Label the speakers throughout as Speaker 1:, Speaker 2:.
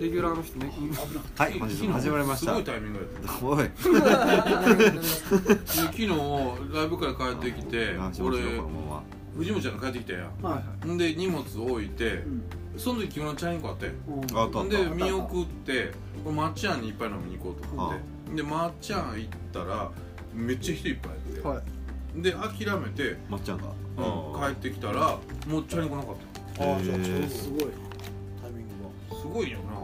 Speaker 1: レギュラーの人ねうん
Speaker 2: はい始ま始まりました
Speaker 3: すごいタイミングやった
Speaker 2: おい
Speaker 3: で昨日ライブから帰ってきて
Speaker 2: 何しま
Speaker 3: 俺
Speaker 2: しょうこのまま
Speaker 3: 藤本ちゃんが帰ってきたや
Speaker 1: はいはい
Speaker 3: んんで荷物置いて
Speaker 1: うん
Speaker 3: その時着物チャリンコあって
Speaker 1: うん
Speaker 2: あったあ
Speaker 3: ん
Speaker 2: っ
Speaker 3: で
Speaker 2: た
Speaker 3: 見送ってこれまっちゃんにいっぱい飲みに行こうと思って
Speaker 2: あ
Speaker 3: でまっちゃん行ったらめっちゃ人いっぱいいて、
Speaker 1: はい
Speaker 3: で諦めて、
Speaker 2: まっちゃんが
Speaker 3: うん帰ってきたらもうチャリンコなかった
Speaker 1: ああじゃあ
Speaker 2: へー
Speaker 1: ちょうどすごいタイミングが
Speaker 3: すごいよな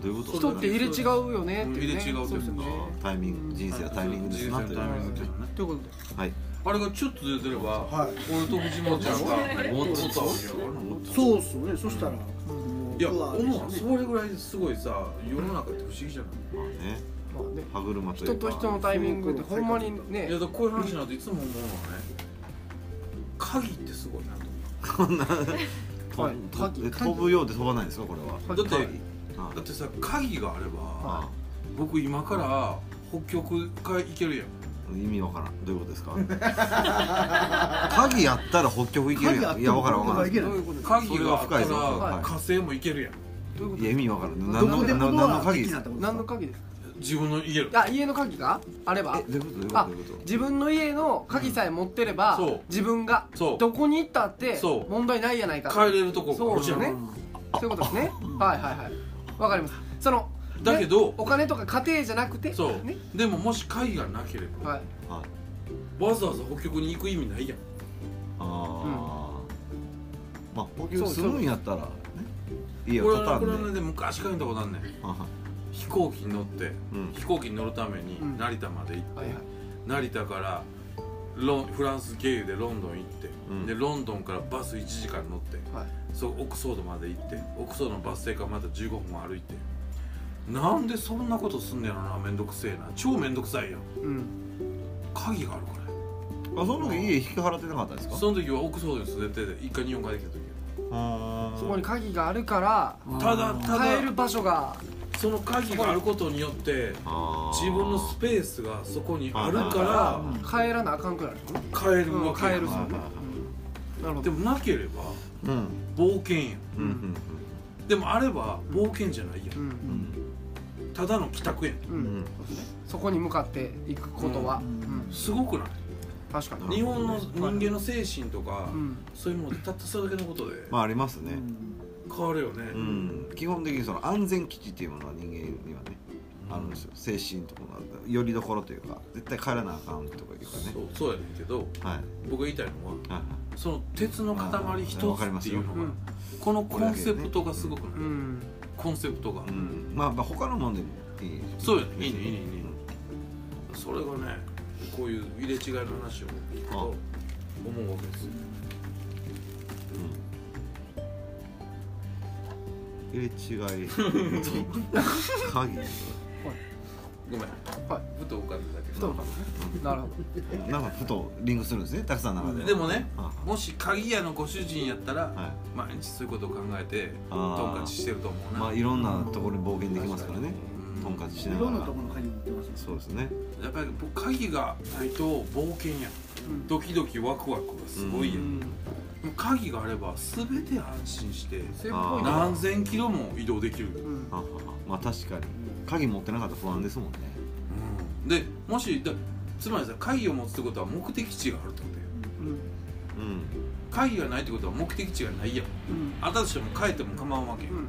Speaker 2: どういうこと
Speaker 1: 人って入れ違うよねっていうね
Speaker 3: 入れ違うって
Speaker 1: そう
Speaker 3: いうか
Speaker 1: ですよね
Speaker 2: タイミング人生はタイミングですな
Speaker 3: 人生はタイミングで
Speaker 2: ね
Speaker 3: す
Speaker 1: というこ
Speaker 2: はい
Speaker 3: あれがちょっと出てれば、
Speaker 4: はい
Speaker 3: 俺と藤本ちゃんが
Speaker 2: も
Speaker 3: っ
Speaker 2: っ
Speaker 3: と
Speaker 2: と
Speaker 3: ったわけよ
Speaker 4: そうっすよねそしたら、もう
Speaker 3: いや
Speaker 4: 僕はあれで
Speaker 3: 思う
Speaker 4: した
Speaker 3: わそ
Speaker 4: ね
Speaker 3: れぐらいすごいさ世の中って不思議じゃない
Speaker 2: まあね
Speaker 1: とまあね
Speaker 2: 歯車とい
Speaker 1: 人
Speaker 2: うか
Speaker 1: と人のタイミングってほんまにね
Speaker 3: いやだからこういう話になるといつも思うのはね鍵ってすごいなと
Speaker 2: と
Speaker 1: はい
Speaker 2: と
Speaker 1: 鍵
Speaker 2: え飛ぶようで飛ばないんですかこれは
Speaker 3: 思うだって
Speaker 2: あ
Speaker 3: だってさ鍵があれば、
Speaker 2: あ
Speaker 3: 僕今から北極から行けるやん
Speaker 2: 意味わからんどういうことですか 鍵やったら北極行ける
Speaker 4: 鍵あ
Speaker 2: や
Speaker 4: っ
Speaker 2: ん
Speaker 4: て
Speaker 2: いやわからんわから
Speaker 4: 僕は
Speaker 2: ん
Speaker 4: い
Speaker 2: い
Speaker 4: け
Speaker 1: ど
Speaker 4: る
Speaker 1: うんい
Speaker 4: で
Speaker 1: うことですか
Speaker 3: 鍵があった
Speaker 2: それは深い
Speaker 3: ら
Speaker 2: ぞ
Speaker 3: 火星も行けるやん
Speaker 1: どういうこと
Speaker 2: や
Speaker 1: ですか
Speaker 2: 意味わからん
Speaker 1: ど
Speaker 2: 何
Speaker 4: ど
Speaker 2: の
Speaker 4: こで
Speaker 2: 何
Speaker 4: もド
Speaker 2: の
Speaker 4: アが
Speaker 2: 鍵
Speaker 4: で
Speaker 2: で
Speaker 4: き
Speaker 2: す
Speaker 4: な
Speaker 2: か
Speaker 4: ったこと
Speaker 1: 何の鍵ですか
Speaker 3: 自分の家の
Speaker 1: あ家の鍵があれば
Speaker 2: えどういうことどういうこと
Speaker 1: あ
Speaker 2: どういうこと
Speaker 1: 自分の家の鍵さえ持ってれば、
Speaker 3: うんそう
Speaker 1: 自分が
Speaker 3: そう
Speaker 1: どこに行ったって
Speaker 3: そう
Speaker 1: 問題ないやないか
Speaker 3: 帰れるとこ
Speaker 1: そうですよ
Speaker 3: もち
Speaker 1: ね
Speaker 3: ろん
Speaker 1: そういうことですねはいはいはいわかりますその
Speaker 3: だけど
Speaker 1: ねお金とか家庭じゃなくて
Speaker 3: そう、
Speaker 1: ね
Speaker 3: でももし鍵がなければ、
Speaker 1: はい
Speaker 2: あ
Speaker 3: わざわざ北極に行く意味ないやん
Speaker 2: あーまあ北
Speaker 1: そ
Speaker 2: 極
Speaker 1: う
Speaker 2: するんやったらね家
Speaker 3: こ
Speaker 2: を
Speaker 3: れ
Speaker 2: たた
Speaker 3: はこれは
Speaker 2: ん
Speaker 3: ね
Speaker 2: で
Speaker 3: で昔書いたことあんねん
Speaker 2: あは
Speaker 3: 飛行機に乗って、
Speaker 2: うん
Speaker 3: 飛行機に乗るために
Speaker 1: うん
Speaker 3: 成田まで行って、
Speaker 1: はいはい
Speaker 3: 成田からロンフランス経由でロンドン行って、
Speaker 2: うん
Speaker 3: でロンドンからバス1時間乗って
Speaker 1: はい
Speaker 3: そうオックソードまで行ってオックソードのバス停からまた15分歩いてなんでそんなことすんねやろなめんどくせえな超めんどくさいやん
Speaker 1: うん
Speaker 3: 鍵があるから
Speaker 2: あその時家引き払ってなかったですか
Speaker 3: その時はオックソードに住んでて一回日本帰ってきた時
Speaker 1: そこに鍵があるから
Speaker 3: ただただ
Speaker 1: 帰る場所が
Speaker 3: その鍵があることによって自
Speaker 2: 自
Speaker 3: 分のスペースがそこにあるから
Speaker 1: 帰らなあかんくなる
Speaker 3: 帰る
Speaker 1: うん
Speaker 3: わけや
Speaker 1: 帰
Speaker 3: ん
Speaker 1: るそ
Speaker 2: は
Speaker 1: う
Speaker 2: いはいは
Speaker 1: なるほ
Speaker 3: で
Speaker 1: ど
Speaker 3: もなければ
Speaker 2: うん
Speaker 3: 冒険やん
Speaker 2: うんうん
Speaker 3: でもあれば冒険じゃないや
Speaker 1: うんん
Speaker 2: うん
Speaker 3: ただの帰宅やん
Speaker 1: う
Speaker 2: うんん
Speaker 1: そこに向かっていくことは
Speaker 4: う
Speaker 1: うんん
Speaker 3: すごくない
Speaker 1: 確かに
Speaker 2: うん
Speaker 3: 日本の人間の精神とか
Speaker 1: うん
Speaker 3: そういうものってたったそれだけのことで
Speaker 2: まあありますね
Speaker 3: 変わるよね
Speaker 2: うん基本的にその安全基地っていうものは人間にはねあるんですよ精神とかよりどころというか絶対帰らなあかんとかいうかね
Speaker 3: そうそうやねんけど
Speaker 2: はい
Speaker 3: 僕が言いたいのは
Speaker 2: はいはい
Speaker 3: その鉄の塊一つ
Speaker 2: わかりま
Speaker 3: って
Speaker 2: す
Speaker 3: い
Speaker 2: よ
Speaker 3: うの
Speaker 1: う
Speaker 3: が
Speaker 1: ん
Speaker 3: このコンセプトがすごく
Speaker 1: う
Speaker 3: ない
Speaker 1: ん
Speaker 3: コンセプトが
Speaker 2: うんまあまあ他のもんでもいい
Speaker 3: そうよねいいねいいねいいねそれがねこういう入れ違いの話を聞くと思うわけですよ
Speaker 2: 入れ 違い鍵
Speaker 3: ごめん
Speaker 1: はい
Speaker 3: ふと浮かんだけ
Speaker 1: 太
Speaker 3: ど
Speaker 1: るかなるほど
Speaker 2: なんかふとリンクするんですねたくさんの中で
Speaker 3: でもね
Speaker 2: あ
Speaker 3: もし鍵屋のご主人やったら、
Speaker 2: はい
Speaker 3: 毎日そういうことを考えて
Speaker 2: あ
Speaker 3: ト
Speaker 2: ー
Speaker 3: ンカチしてると思うな、
Speaker 2: まあいろんなところに冒険できますからね
Speaker 3: うん
Speaker 2: とんかつし
Speaker 4: い
Speaker 2: な
Speaker 4: ろん
Speaker 2: が
Speaker 4: な
Speaker 2: ら
Speaker 4: ところの鍵持ってますね
Speaker 2: そうですね
Speaker 3: やっぱり僕鍵がないと冒険や
Speaker 1: うん
Speaker 3: ドキドキワクワクがすごいや
Speaker 1: うんん
Speaker 3: でも鍵があれば全て安心して
Speaker 1: セーフポイント
Speaker 2: あ
Speaker 3: 何千キロも移動できる、
Speaker 1: うん
Speaker 2: ああまあ確かに鍵持ってなかったら不安ですもんね
Speaker 3: うんでもしだつまりさ鍵を持つってことは目的地があるってことよ
Speaker 1: うん
Speaker 2: うん
Speaker 3: 鍵がないってことは目的地がないやん
Speaker 1: うん
Speaker 3: あったとしても帰っても構わんわけよ、
Speaker 1: う
Speaker 2: う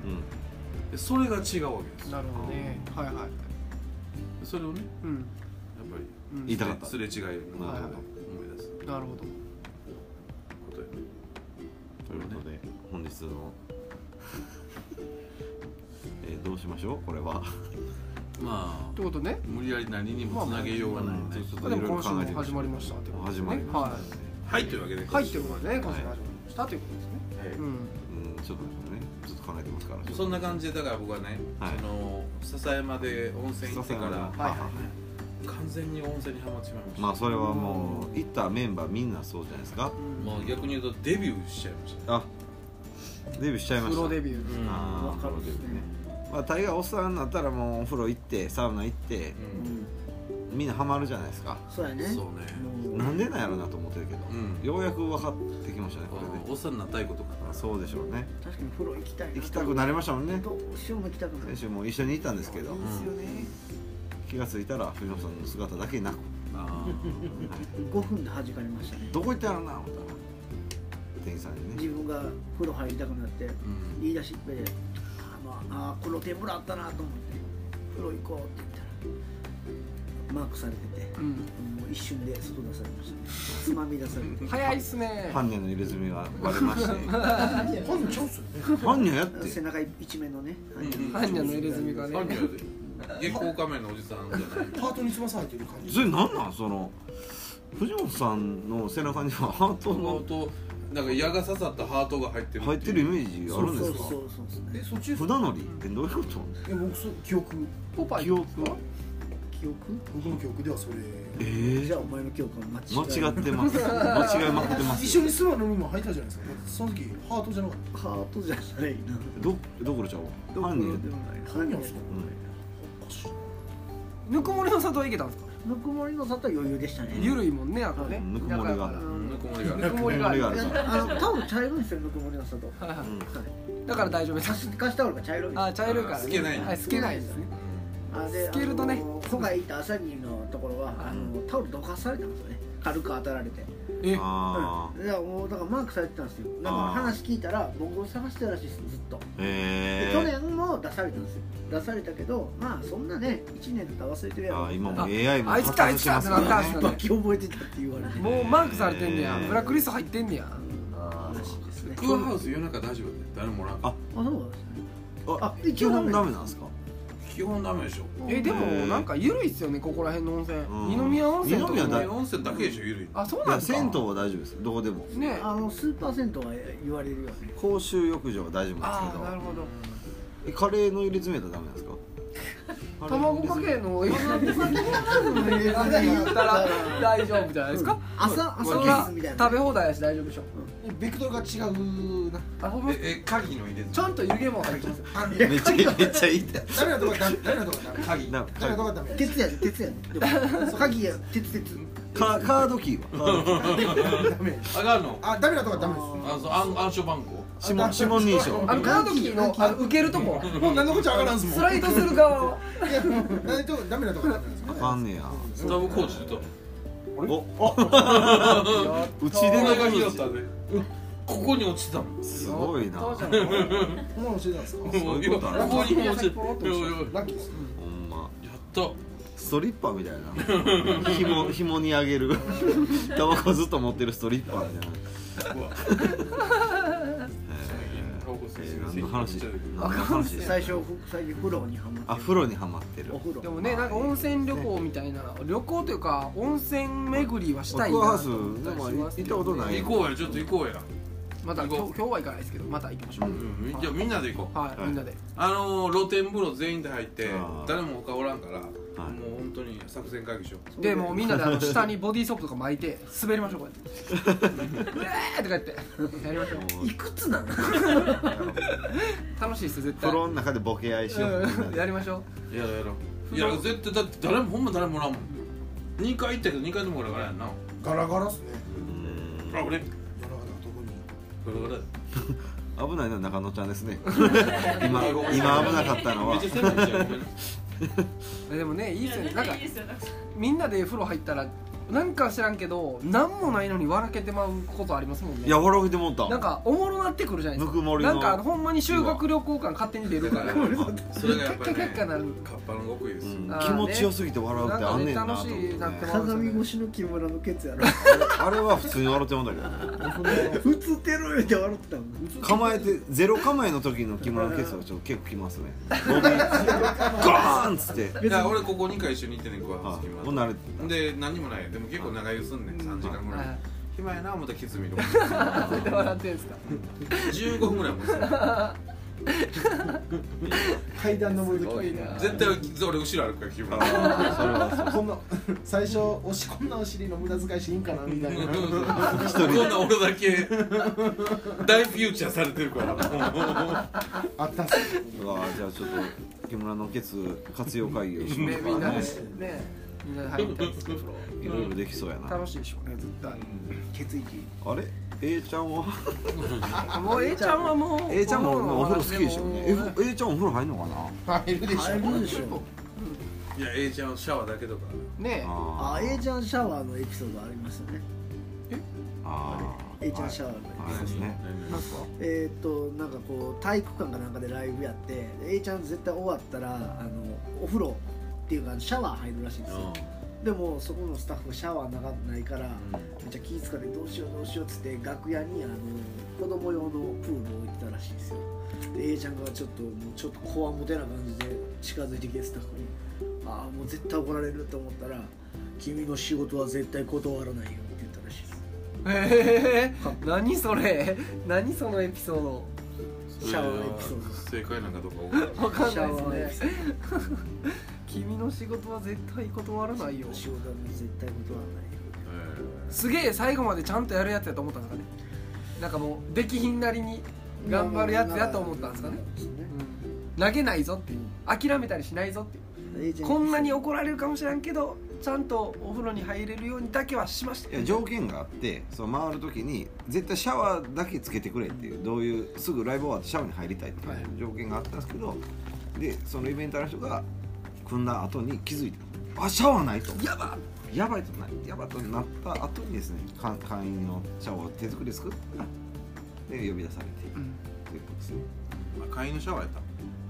Speaker 3: でそれが違うわけです
Speaker 1: んなるほどねはいはい
Speaker 3: それをね
Speaker 1: うん
Speaker 3: やっぱり
Speaker 1: うん
Speaker 2: 言いたかった
Speaker 3: すれ違いの
Speaker 1: はい
Speaker 3: こ
Speaker 1: は
Speaker 3: と
Speaker 1: い
Speaker 3: を思い出す
Speaker 1: なるほど
Speaker 3: ことよね
Speaker 2: んということで本日の えーどうしましょうこれは
Speaker 3: ま
Speaker 1: っ
Speaker 3: あ
Speaker 1: てことね
Speaker 3: 無理やり何にもつなげようがな
Speaker 2: ま
Speaker 3: い
Speaker 2: あまあ
Speaker 3: ね
Speaker 2: ちょっと
Speaker 1: でも今週も始まりましたってことです
Speaker 2: 始
Speaker 1: ね
Speaker 2: まりましたね
Speaker 3: はいというわけで
Speaker 1: はいってことでね今週も始まりましたということですねうん
Speaker 2: うんちょっとねちょっと考えてますから
Speaker 3: そんな感じでだから僕はね、
Speaker 2: はい
Speaker 3: あの笹山で温泉行ってから
Speaker 2: はい
Speaker 1: はい
Speaker 3: 完全に温泉にハマってしまいました、
Speaker 2: まあそれはもう行ったメンバーみんなそうじゃないですか
Speaker 3: まあ、逆に言うとデビューしちゃいまし
Speaker 2: あデビューしちゃいま
Speaker 1: プ
Speaker 2: した
Speaker 1: ロデビュ
Speaker 3: た、
Speaker 1: ー
Speaker 2: あ
Speaker 4: わ
Speaker 2: あ
Speaker 4: かるっすね
Speaker 2: まあ大概おっさんになったらもうお風呂行ってサウナ行って
Speaker 3: うん
Speaker 2: みんなハマるじゃないですか
Speaker 4: そうやね
Speaker 3: そうね
Speaker 4: もう
Speaker 2: なんでなんやろなと思ってるけど、
Speaker 3: うん
Speaker 2: ようやく分かってきましたねこれ
Speaker 3: あ
Speaker 2: で
Speaker 3: ーおっさんになったいことかな
Speaker 2: そうでしょうね
Speaker 4: 確かに風呂行きたいな
Speaker 2: 行きたくなりましたもんね
Speaker 4: どうしようも行きたくな
Speaker 2: 先
Speaker 4: る
Speaker 2: 週も一緒にいたんですけ
Speaker 4: い
Speaker 2: ど
Speaker 4: いですよね
Speaker 2: 気がついたら藤本さんの姿だけなく
Speaker 3: あ ー
Speaker 4: 5分で弾かれましたね
Speaker 2: どこ行ったやろな思ったら店員さんにね
Speaker 4: 自分が風呂入りたくなって
Speaker 3: うん
Speaker 4: 言い出しっぺで「あのあーこの天ぷらあったな」と思って「風呂行こう」って言ったらマークされてて
Speaker 1: うん
Speaker 4: もう一瞬で外出されましたねつまみ出されて
Speaker 1: 早いっすね
Speaker 2: 犯人の入れ墨が割れまして
Speaker 4: 本人ちゃうっすよ
Speaker 2: 犯人やって
Speaker 4: 背中一面のね
Speaker 3: うん
Speaker 1: 犯人の入れ墨がね
Speaker 3: 犯人やで月光仮面のおじさんじゃ ない
Speaker 5: パートに翼入ってる感じ
Speaker 2: それなんなんその藤本さんの背中にはハート
Speaker 3: ハー
Speaker 2: が
Speaker 3: トなんか矢が刺さったハートが入ってる
Speaker 2: 入ってるイメージあ
Speaker 4: そう
Speaker 2: るんで
Speaker 4: そ
Speaker 2: す
Speaker 4: う
Speaker 2: か
Speaker 4: そうそうです
Speaker 5: え
Speaker 4: ね
Speaker 5: そっち
Speaker 2: 船乗りえどういうこと
Speaker 5: え僕そう記憶
Speaker 1: ポパイ
Speaker 2: 記憶は
Speaker 4: 記憶
Speaker 5: 僕の記憶ではそれ
Speaker 2: え
Speaker 4: じ
Speaker 2: ー
Speaker 4: ゃあお前の記憶は間違い
Speaker 2: 間違ってます間違いまくってます
Speaker 5: 一緒にスバルにも入ったじゃないですかだってその時ハートじゃなかっ
Speaker 4: ハートじゃないな
Speaker 2: どどころちゃんは犯人やっ
Speaker 4: でもない
Speaker 5: 犯人ですか
Speaker 4: おかしい
Speaker 1: ぬくもりの里は行けたんですか
Speaker 4: ぬくもりの里は余裕でしたね
Speaker 1: ゆるいもんねなんかね
Speaker 2: ぬくもりがある
Speaker 1: だか
Speaker 3: ぬくもりがあ
Speaker 1: らぬ
Speaker 3: る
Speaker 1: くもりがある
Speaker 2: ぬくも
Speaker 1: は
Speaker 2: りが
Speaker 4: いやあのタオル茶色いんですよぬくもりの里はい
Speaker 1: はい
Speaker 2: うん
Speaker 1: だから大丈夫です
Speaker 4: 貸し貸しタオルが茶色いんです
Speaker 1: あ茶色いからね
Speaker 3: 透けない
Speaker 1: はい透けないですね
Speaker 4: あで
Speaker 1: 透けるとね
Speaker 4: あの子がいた朝霧のところは
Speaker 1: ん
Speaker 4: あのタオルどかされたんですよね軽く当たられて
Speaker 1: え
Speaker 2: あ
Speaker 4: うん、だからもうだからマークされてたんですよなんか
Speaker 2: あー
Speaker 4: 話聞いたら僕を探してたらしいですずっと
Speaker 2: ーえ
Speaker 4: で
Speaker 2: ー
Speaker 4: 去年も出されたんですよ出されたけどまあそんなね1年とか忘れてるやろ
Speaker 2: あー今もう AI も
Speaker 1: あいつ来たあいつ来たってなったんすよ
Speaker 4: バキ覚えてたって言われて
Speaker 1: もうマークされてんねや
Speaker 2: えー
Speaker 1: ブラックリスト入ってんねや
Speaker 4: らしいですね
Speaker 3: クーハウス夜中大丈夫だよ誰もおらん
Speaker 2: あ
Speaker 4: あそうなんですね
Speaker 2: あ
Speaker 4: あ
Speaker 2: 基本ダメなんですか
Speaker 3: 基本ダメでしょ
Speaker 1: えでも
Speaker 2: えー
Speaker 1: なんかゆるいっすよねここら辺の温泉
Speaker 2: うん
Speaker 1: 二宮温泉とか
Speaker 2: 二宮だ
Speaker 1: も
Speaker 2: い
Speaker 3: 温泉だけでしょゆるい
Speaker 1: あそう
Speaker 2: い
Speaker 1: なん
Speaker 2: や
Speaker 1: ですか
Speaker 2: 銭湯は大丈夫ですどこでも
Speaker 1: ね
Speaker 4: あのスーパー銭湯は言われるよね
Speaker 2: 公衆浴場は大丈夫なん
Speaker 1: あ
Speaker 2: です
Speaker 1: あ
Speaker 2: け
Speaker 1: な
Speaker 2: ど
Speaker 1: るほど
Speaker 2: えカレーの入れ詰めたらダメなんですか
Speaker 1: 卵かけの 卵かけの言ったら大丈夫じゃないですか
Speaker 4: 朝朝
Speaker 1: そん
Speaker 4: ケー
Speaker 1: な
Speaker 4: スみたいな
Speaker 1: 食べ放題やし大丈夫でしょ
Speaker 5: たベクトルが違うな
Speaker 1: あほんま
Speaker 3: ええ鍵の入れ
Speaker 1: ちゃんと湯気も入ってます よ
Speaker 5: あの
Speaker 2: めっちゃめっちゃいいって
Speaker 5: ダメなとこはダメダメなとこはダメ
Speaker 3: 鍵
Speaker 2: な
Speaker 5: ダメなとこはダメ
Speaker 4: 鉄やで鉄やででも鍵や鉄鉄
Speaker 2: カカードキーはカードキー
Speaker 5: ダメ
Speaker 3: 上がるの
Speaker 5: あダメなとこはダメです
Speaker 3: あそう暗暗証番号
Speaker 2: 指紋指紋認証
Speaker 1: あのカードキーのあの受けるとこ
Speaker 5: もう何のこっちゃ上がらんすもん
Speaker 1: スライドする側はい
Speaker 5: や何とダメなとこはダメなんです
Speaker 2: あかんねや
Speaker 3: スタブコーチ出た
Speaker 2: お うち
Speaker 3: こ
Speaker 2: で
Speaker 3: れが拾ったねここに落ちてたもん
Speaker 2: すごいな
Speaker 1: そうじゃ
Speaker 2: ほ
Speaker 1: んこ
Speaker 5: こんなの教えてたんですか
Speaker 2: そういうことある
Speaker 3: ここに落ちて
Speaker 1: こ
Speaker 3: たよよよ
Speaker 5: ラッキーです
Speaker 2: んま
Speaker 3: やった
Speaker 2: ストリッパーみたいな紐紐にあ げるタバコずっと持ってるストリッパーみたいな
Speaker 3: うわ
Speaker 2: えー
Speaker 3: タバコ吸いす
Speaker 2: 何
Speaker 3: ぎ
Speaker 2: の話
Speaker 3: 吸いすぎちゃう
Speaker 2: 何の話
Speaker 1: わかんない
Speaker 4: 最初ふ最近風呂にハマって
Speaker 2: あ風呂にはまってる
Speaker 4: お風呂
Speaker 1: でもねなんか温泉旅行みたいな旅行というか温泉巡りはしたい
Speaker 2: アクアハ
Speaker 1: な
Speaker 2: ウス
Speaker 1: と思ったりしますけ
Speaker 2: でも行ったこと
Speaker 1: ど
Speaker 2: ない
Speaker 1: ね
Speaker 3: 行こうやちょっと行こうや
Speaker 1: また今
Speaker 3: 行
Speaker 1: 日
Speaker 3: こう
Speaker 1: 今日は行かないですけどまた行きましょ
Speaker 2: う
Speaker 1: う
Speaker 3: うんじゃあみんなで行こう
Speaker 1: はい
Speaker 2: はい
Speaker 1: みんなで
Speaker 3: あのー露天風呂全員で入って
Speaker 2: あー
Speaker 3: 誰も他おらんからも
Speaker 2: い
Speaker 3: う本当に作戦会議しよう
Speaker 1: でもうみんなであの下にボディーソープとか巻いて滑りましょうこうや ってうえーとか言ってやりましょう
Speaker 2: もう
Speaker 4: いくつなの
Speaker 1: 楽しいっすよ絶対
Speaker 2: 風呂の中でボケ合いしようみんな
Speaker 1: うん
Speaker 2: で
Speaker 1: やりましょ
Speaker 3: やろうやろういや絶対だって誰もほんま誰もおらんもん2回行ったけど2回ともおらんからやんな
Speaker 5: ガラガラっすね
Speaker 2: うん
Speaker 3: あ俺
Speaker 5: ガラガラどこに
Speaker 3: これこれ
Speaker 2: 危ないな中野ちゃ んですね今今危なかったの
Speaker 3: め
Speaker 2: は
Speaker 3: っちゃ狭いじゃんごめんな
Speaker 1: うでもねいいっすよねなんか
Speaker 6: いいですよなんか
Speaker 1: みんなで風呂入ったらなんか知らんけど何もないのに笑けてまうことありますもんね
Speaker 2: いや笑けてもった
Speaker 1: なんかおもろなってくるじゃないです
Speaker 2: ぬくも
Speaker 1: か
Speaker 2: りの
Speaker 1: なんかあのほんまに修学旅行感勝手に出るからな
Speaker 3: だか
Speaker 1: ん
Speaker 3: らそれがやっぱり
Speaker 1: キャッキャッキャッキャなる
Speaker 3: ねカッパの極意で
Speaker 2: う
Speaker 3: すよ
Speaker 2: ん
Speaker 1: あーね
Speaker 2: 気持ちよすぎて笑うってあんねんなと思って、ね、
Speaker 1: なんかね楽しいなって思う
Speaker 4: 鏡越しの木村のケツやろ
Speaker 2: あれは普通に笑ってもんだけどね
Speaker 4: 普通テロって笑ってたもん
Speaker 2: 構えてゼロ構えの時の木村のケースはちょっと結構きますねゴミゴーンっつって
Speaker 3: いや俺ここ2回一緒に行ってんねんこ
Speaker 2: あ
Speaker 3: は
Speaker 2: もう慣れてた
Speaker 3: で何にもないでも結構長湯すんねん3時間ぐらい暇やな思ったらキズミとか
Speaker 1: それで笑ってんすか
Speaker 3: 15分ぐらいもすんねん
Speaker 5: 階段登る
Speaker 1: す
Speaker 5: と
Speaker 1: ご
Speaker 5: き
Speaker 1: いな
Speaker 3: 絶対俺後ろ歩くから木
Speaker 2: あ
Speaker 3: 村
Speaker 2: ーそれはそう
Speaker 5: こんな最初おしこんなお尻の無駄遣いしていいんかなみたいな
Speaker 3: 一人こんな俺だけ大フューチャーされてるから
Speaker 5: あったっす
Speaker 2: うわーじゃあちょっと木村のケツ活用会議をしま
Speaker 1: ね
Speaker 2: すか
Speaker 1: みんなで
Speaker 2: ね
Speaker 1: ねみんなで入りたいですけど
Speaker 2: いろいろできそうやな
Speaker 1: 楽しいでしょうね絶対
Speaker 4: 血液
Speaker 2: あれ A ちゃんは
Speaker 1: もう A ちゃんはもう
Speaker 2: A ちゃんもお風呂好きでしょうね
Speaker 1: お風呂の話
Speaker 2: F- A ちゃんお風呂入んのかな
Speaker 5: 入るでしょ
Speaker 4: 入るでしょ
Speaker 3: いや A ちゃんはシャワーだけとか
Speaker 1: ね
Speaker 4: あ
Speaker 2: あー
Speaker 4: ー A ちゃんシャワーのエピソードありますよね
Speaker 2: あー
Speaker 4: A ちゃんシャワーのエピソード、
Speaker 2: はいですね
Speaker 1: えなんすか
Speaker 4: えーっとなんかこう体育館かなんかでライブやってで A ちゃん絶対終わったらあのお風呂っていうかシャワー入るらしいんですよでもそこのスタッフシャワーなかないからめっちゃ気ぃ使ってどうしようどうしようっつって楽屋にあの子供用のプールを置いてたらしいんですよで A ちゃんがちょっともうちょっとこわもてな感じで近づいてきてスタッフにああもう絶対怒られると思ったら君の仕事は絶対断らないよって言ったらしいです
Speaker 1: えー、何それ何そのエピソード
Speaker 3: うん
Speaker 4: シャワーのエピソード
Speaker 3: 正解なんかどうか分か
Speaker 1: わか
Speaker 3: らない
Speaker 1: ん
Speaker 4: シャ
Speaker 1: ない
Speaker 4: ワーエ
Speaker 1: で
Speaker 4: ピ
Speaker 1: す
Speaker 4: ソー
Speaker 1: ね君の仕事は絶対断らないよ
Speaker 4: ド仕事は絶対断らないよ
Speaker 1: すげえ最後までちゃんとやるやつやと思ったんですかねなんかもうできひんなりに頑張るやつやと思ったんですかね、うん、投げないぞっていう諦めたりしないぞっていうこんなに怒られるかもしれんけどちゃんとお風呂に入れるようにだけはしました
Speaker 2: いや条件があってその回る時に絶対シャワーだけつけてくれっていうどういうすぐライブ終わってシャワーに入りたいっていう条件があったんですけどでそのイベントの人が組んだ後に気づいてあシャワーないとやばやばいとなやばとなった後にですねか会員のシャワーを手作りで作ったで呼び出されてということですね
Speaker 3: うんあ会員のシャワーやっ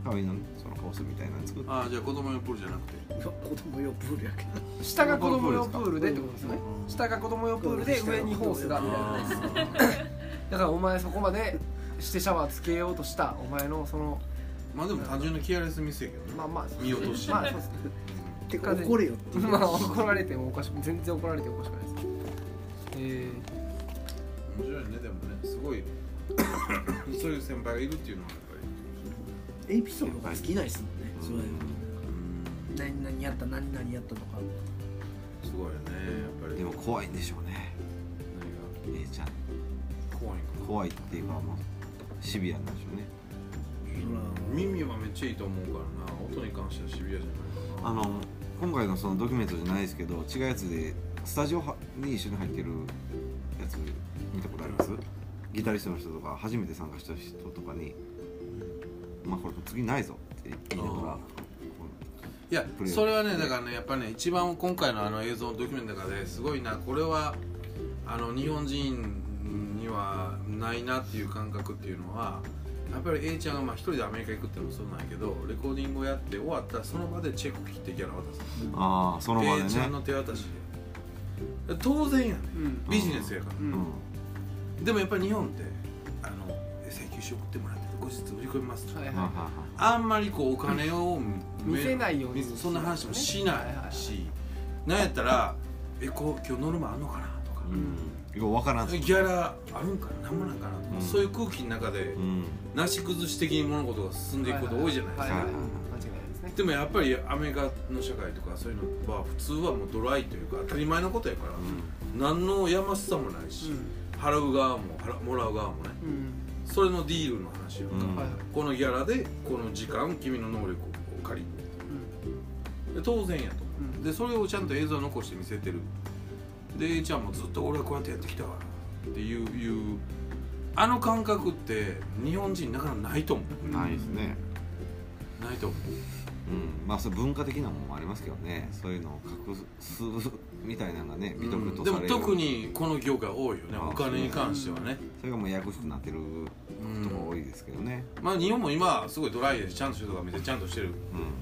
Speaker 3: た
Speaker 2: 会員のねそのコースみたいなの作って
Speaker 3: ああじゃあ子供用プールじゃなくて
Speaker 4: 子供用プールやけど
Speaker 1: 下が子供用プールでってことですね下が子供用プールで上にホースがみたいなねだからお前そこまでしてシャワーつけようとしたお前のその
Speaker 3: まあでも単純なケアレスミスやけどね
Speaker 1: まあまあ
Speaker 3: 見落とし
Speaker 1: まあそうですね
Speaker 4: てか怒れよっていう
Speaker 1: まあ怒られてもおかしく全然怒られてもおかしくないですえ
Speaker 3: 面白いねでもねすごいそういう先輩がいるっていうのはやっぱ
Speaker 4: エピソードが尽きないですもんねそれ
Speaker 2: う
Speaker 3: りうん
Speaker 4: 何々やった何々やったとか
Speaker 3: すごいよねやっぱ
Speaker 2: ん
Speaker 3: り
Speaker 2: でも怖いんでしょうね
Speaker 3: 何
Speaker 2: 姉ちゃん
Speaker 3: が怖いんかな
Speaker 2: 怖いっていうかもうシビアなんでしょうね
Speaker 3: 耳はめっちゃいいと思うからな音に関してはシビアじゃないかな
Speaker 2: あの今回のそのドキュメントじゃないですけど違うやつでスタジオはに一緒に入ってるやつ見たことありますギタリストの人とか初めて参加した人とかに「まあこれ次ないぞ」って言いなが
Speaker 3: あ
Speaker 2: ら
Speaker 3: ーいや
Speaker 2: プレイ
Speaker 3: それはねだからねやっぱね一番今回のあの映像のドキュメントの中ですごいなこれはあの日本人にはないなっていう感覚っていうのはやっぱり A ちゃんがまあ一人でアメリカ行くってのもそうなんやけどレコーディングをやって終わったらその場でチェック切ってギャラ渡す
Speaker 2: あーその場で
Speaker 3: A ちゃん
Speaker 2: ね
Speaker 3: の手渡しで当然やね
Speaker 1: えうん
Speaker 3: ビジネスやから
Speaker 1: う
Speaker 2: うん
Speaker 3: でもやっぱり日本ってあの請求書送ってもらって後日売り込みますとか、
Speaker 1: はい
Speaker 2: んは
Speaker 1: はい
Speaker 2: はいはい
Speaker 3: あんまりこうお金を
Speaker 1: 見せないように
Speaker 3: 見せそんな話もしないしなんやったら「えこう今日ノルマあんのかな?」とか、
Speaker 2: うんよう分からんっす
Speaker 3: ギャラあるんかな何もなんかな?」とか、
Speaker 2: うん
Speaker 3: そういう空気の中で
Speaker 2: うん
Speaker 3: なし崩し的に物事が進んでいくこと多いじゃないですか、
Speaker 1: ははは間
Speaker 2: はい
Speaker 1: 違いないですね
Speaker 3: でもやっぱりアメリカの社会とかそういうのは普通はもうドライというか当たり前のことやから、何のやましさもないし、払う側も払もらう側もね
Speaker 1: うん
Speaker 3: それのディールの話やんか、
Speaker 2: うん
Speaker 1: うんはいはい
Speaker 3: このギャラでこの時間君の能力を借りるで当然やと思う、
Speaker 1: うん
Speaker 3: でそれをちゃんと映像残して見せてるで A ちゃんもずっと俺はこうやってやってきたわっていういうあの感覚って日本人なかなかないと思
Speaker 2: ないですね
Speaker 3: うないと思
Speaker 2: うんまあそれ文化的なもんもありますけどねそういうのを隠す みたいなのがね
Speaker 3: う、
Speaker 2: 美徳
Speaker 3: うん
Speaker 2: と
Speaker 3: で
Speaker 2: さ
Speaker 3: も
Speaker 2: れる
Speaker 3: 特にこの業界多いよね
Speaker 2: あ
Speaker 3: お金に関してはね、
Speaker 2: それがもうややこしくなってる
Speaker 3: うん
Speaker 2: とこ多いですけどね
Speaker 3: まあ日本も今すごいドライでちゃんとしてるとか見てちゃんとしてる
Speaker 2: うん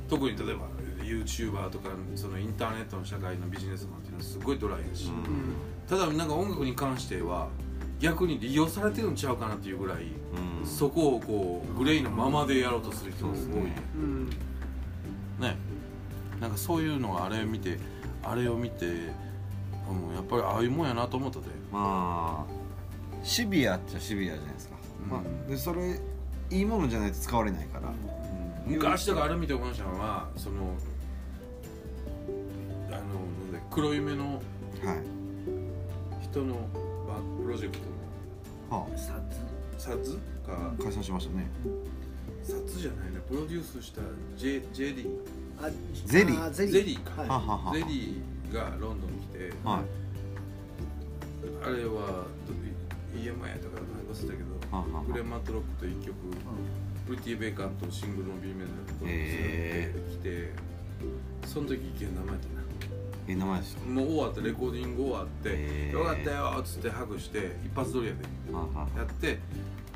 Speaker 3: 特に例えば YouTuber とかそのインターネットの社会のビジネスマンっていうのはすごいドライやし、
Speaker 2: うん
Speaker 1: うん
Speaker 3: ただなんか音楽に関しては逆に利用されてるんちゃうかなっていうぐらい、
Speaker 2: うん
Speaker 3: そこをこうグレーのままでやろうとする人がすごいね
Speaker 1: うん
Speaker 3: ねなんかそういうのがあれ見てあれを見て、うん、やっぱりああいうもんやなと思ったで
Speaker 2: まあシビアっちゃシビアじゃないですか、
Speaker 3: うん
Speaker 2: まあ、でそれいいものじゃないと使われないから、
Speaker 3: 昔とかあれ見て思いましたのはそのあのなんだっけ黒夢の
Speaker 2: はい、
Speaker 3: 人のバプロジェクトの
Speaker 2: は
Speaker 4: さ
Speaker 3: 札か
Speaker 2: あ、解散しましたね
Speaker 3: 札じゃないねプロデュースした J, J リー
Speaker 4: あ
Speaker 2: ゼリー
Speaker 4: あゼリー
Speaker 3: ゼリーか
Speaker 4: はい
Speaker 2: ははは
Speaker 3: ゼリーがロンドンに来て
Speaker 2: はい
Speaker 3: あれはど EMI やったから忘れたけど
Speaker 2: ははは
Speaker 3: グレン・マットロックと一曲プリティ・ベーカーとシングルの B 面のと
Speaker 2: へ
Speaker 3: 来てその時一見名前やったな
Speaker 2: え名前ですよ
Speaker 3: もう終わったレコーディング終わって「
Speaker 2: へー
Speaker 3: よかったよ」っつってハグして一発撮りやで
Speaker 2: はは
Speaker 3: やって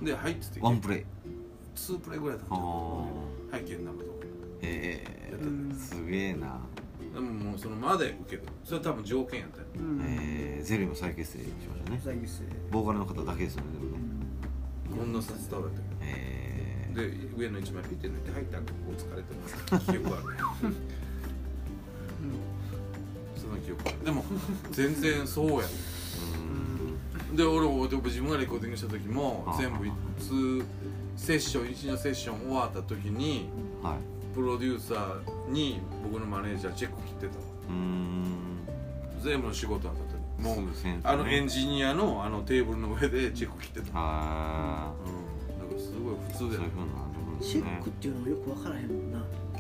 Speaker 3: で「はい」っつって
Speaker 2: ワンプレイ
Speaker 3: 2プレイぐらいだったん
Speaker 2: あ
Speaker 3: ちゃうか
Speaker 2: あ
Speaker 3: なはいゲンナムとか
Speaker 2: へ
Speaker 3: やっ
Speaker 2: え
Speaker 3: てて
Speaker 2: すげえな
Speaker 3: でももうそのまで受けたそれ多分条件やったよ
Speaker 4: うん
Speaker 2: えーゼリーも再結成しましたね
Speaker 4: 再結成
Speaker 2: ボーカルの方だけですよねでもね
Speaker 3: ほんのさつ倒れて
Speaker 2: えー
Speaker 3: で上の一枚ピッて抜いて入ったらこう疲れてます記憶あるその記憶あるでも全然そうやねで俺もでも自分がレコーディングした時も
Speaker 2: あ
Speaker 3: 全部2セッション1のセッション終わった時に
Speaker 2: はい
Speaker 3: プロデューサーに僕のマネージャーチェック切ってたわ
Speaker 2: うーん
Speaker 3: 全部の仕事は当たってもう
Speaker 2: すぐ先頭
Speaker 3: あ
Speaker 2: ね
Speaker 3: のエンジニアのあのテーブルの上でチェック切ってた
Speaker 2: は
Speaker 3: うんなんかすごい
Speaker 2: い
Speaker 3: 普通
Speaker 2: そう
Speaker 3: だ
Speaker 2: いう
Speaker 3: よ
Speaker 2: ふうになるんです
Speaker 4: チェッ
Speaker 2: ね
Speaker 4: クっていうのもよく分からへんもんな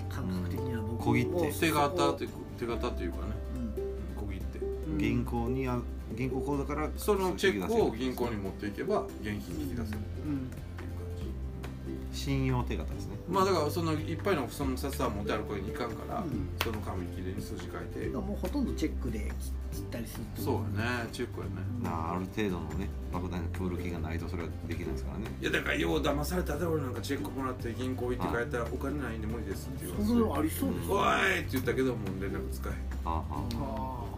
Speaker 4: 感覚的には僕
Speaker 2: 小切手
Speaker 3: 手形って手形っていうかね
Speaker 4: うん
Speaker 3: 小切手
Speaker 2: 銀行にあ銀行口座から
Speaker 3: そのチェックを銀行に
Speaker 2: も
Speaker 3: 持っていけば現金引き出せるって
Speaker 1: うん
Speaker 3: いう感じ
Speaker 2: 信用手形ですね
Speaker 3: まあだからそのいっぱいのその札は持って歩くわけにいかんから、
Speaker 4: うん
Speaker 3: その紙切れに数字書いて、
Speaker 4: もうほとんどチェックで切ったりするってこと
Speaker 3: そうやねチェックやね
Speaker 2: なあある程度のね莫大な協力金がないとそれはできないですからね
Speaker 3: いやだからよう騙されたで俺なんかチェックもらって銀行行って帰ったらお金ないんで無理ですって言わ
Speaker 4: そ
Speaker 3: れて
Speaker 4: んなのありそう
Speaker 3: 「おい!」って言ったけどもう連絡つかへん
Speaker 2: はあはあ
Speaker 1: あ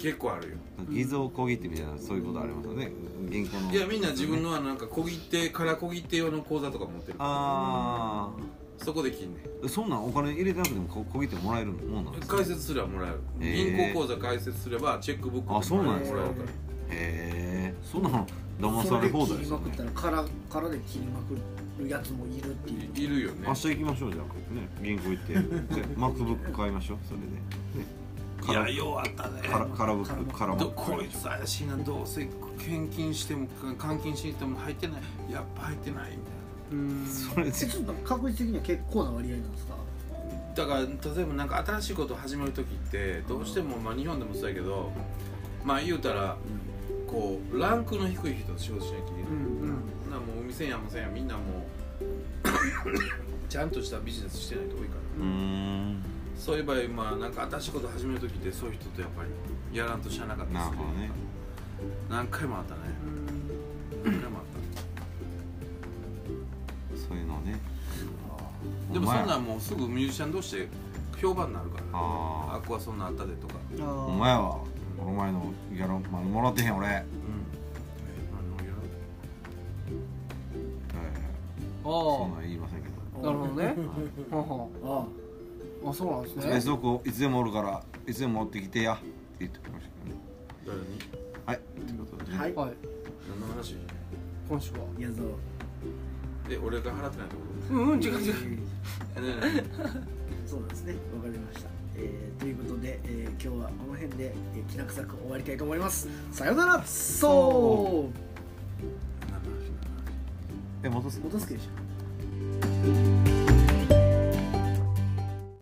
Speaker 3: 結構あるよ
Speaker 2: 偽造小切手みたいなそういうことありますよね銀行の
Speaker 3: いやみんな自分のはなんか小切手から小切手用の口座とか持ってる
Speaker 2: あ
Speaker 3: そこで切んねん
Speaker 2: あそんなんお金入れてなくてもこ小切手もらえるもんなんですか
Speaker 3: 解説すればもらえる、銀
Speaker 2: へー
Speaker 3: 行口座開設すればチェックブック
Speaker 2: あそうなん
Speaker 3: で
Speaker 2: です
Speaker 3: も
Speaker 2: か
Speaker 3: らえるから
Speaker 2: へえそんなの騙
Speaker 4: そ
Speaker 2: さ
Speaker 4: れ
Speaker 2: れ
Speaker 4: で
Speaker 2: 放
Speaker 4: 切
Speaker 2: 題で
Speaker 4: り
Speaker 2: す
Speaker 4: ま
Speaker 2: よ
Speaker 4: くっ
Speaker 2: ね
Speaker 4: たら殻殻で切りまくるやつもいるっていう
Speaker 3: いいるよね
Speaker 2: 明日行きましょうじゃあね銀行行ってで MacBook 買いましょうそれで
Speaker 3: いや
Speaker 2: ね
Speaker 3: ようあったね
Speaker 2: カラカラブックカラ
Speaker 3: ど
Speaker 2: ブ
Speaker 3: こいつ怪しいなどうせ献金しても監禁しても入ってないやっぱ入ってない
Speaker 1: ーうん
Speaker 2: それ
Speaker 4: えちょっと確率的には結構な割合なんですか
Speaker 3: だから例えばなんか新しいことを始める時ってどうしても、まあ、日本でもそうやけどまあ言うたらこうランクの低い人と仕事しなきゃいけない、
Speaker 1: うんうん
Speaker 3: なもう海せんやもせんやみんなも うちゃんとしたビジネスしてない人多いか
Speaker 2: うー
Speaker 3: ら
Speaker 2: ん
Speaker 3: そういえばまあなんか新しいこと始める時ってそういう人とやっぱりやらんとしゃなかったりする
Speaker 2: なるほどね
Speaker 3: 何回もあ ったね何回もあった
Speaker 2: そういうのね
Speaker 3: でもそんな
Speaker 2: あ
Speaker 3: んもうすぐミュージシャン同士で評判になるから、あ
Speaker 2: あ
Speaker 3: っこはそんなんあったでとか、
Speaker 1: あ
Speaker 2: ー
Speaker 1: ー
Speaker 2: お前はこの前のギャラまだもらってへん俺はい
Speaker 3: うん、あのよ
Speaker 2: そん
Speaker 1: あ
Speaker 2: なん言いませんけど
Speaker 1: あなるほどね
Speaker 2: はい
Speaker 1: はは
Speaker 4: あ
Speaker 1: あそうなんですね
Speaker 2: 冷蔵庫いつでもおるからいつでも持ってきてやって言ってきましたけどね
Speaker 3: 誰に
Speaker 2: はいってことでね、
Speaker 4: はい
Speaker 1: はい
Speaker 3: 何の 話
Speaker 1: 今週は
Speaker 4: やぞ
Speaker 3: え俺が払ってないってこ
Speaker 1: うんうん違う違う
Speaker 3: とねえね
Speaker 4: そうなんですねわかりました、えーということで、えー今日はこの辺で、えー、きな臭く終わりたいと思いますさよならそう
Speaker 3: え何の話何の話
Speaker 2: え戻す
Speaker 4: 元助でした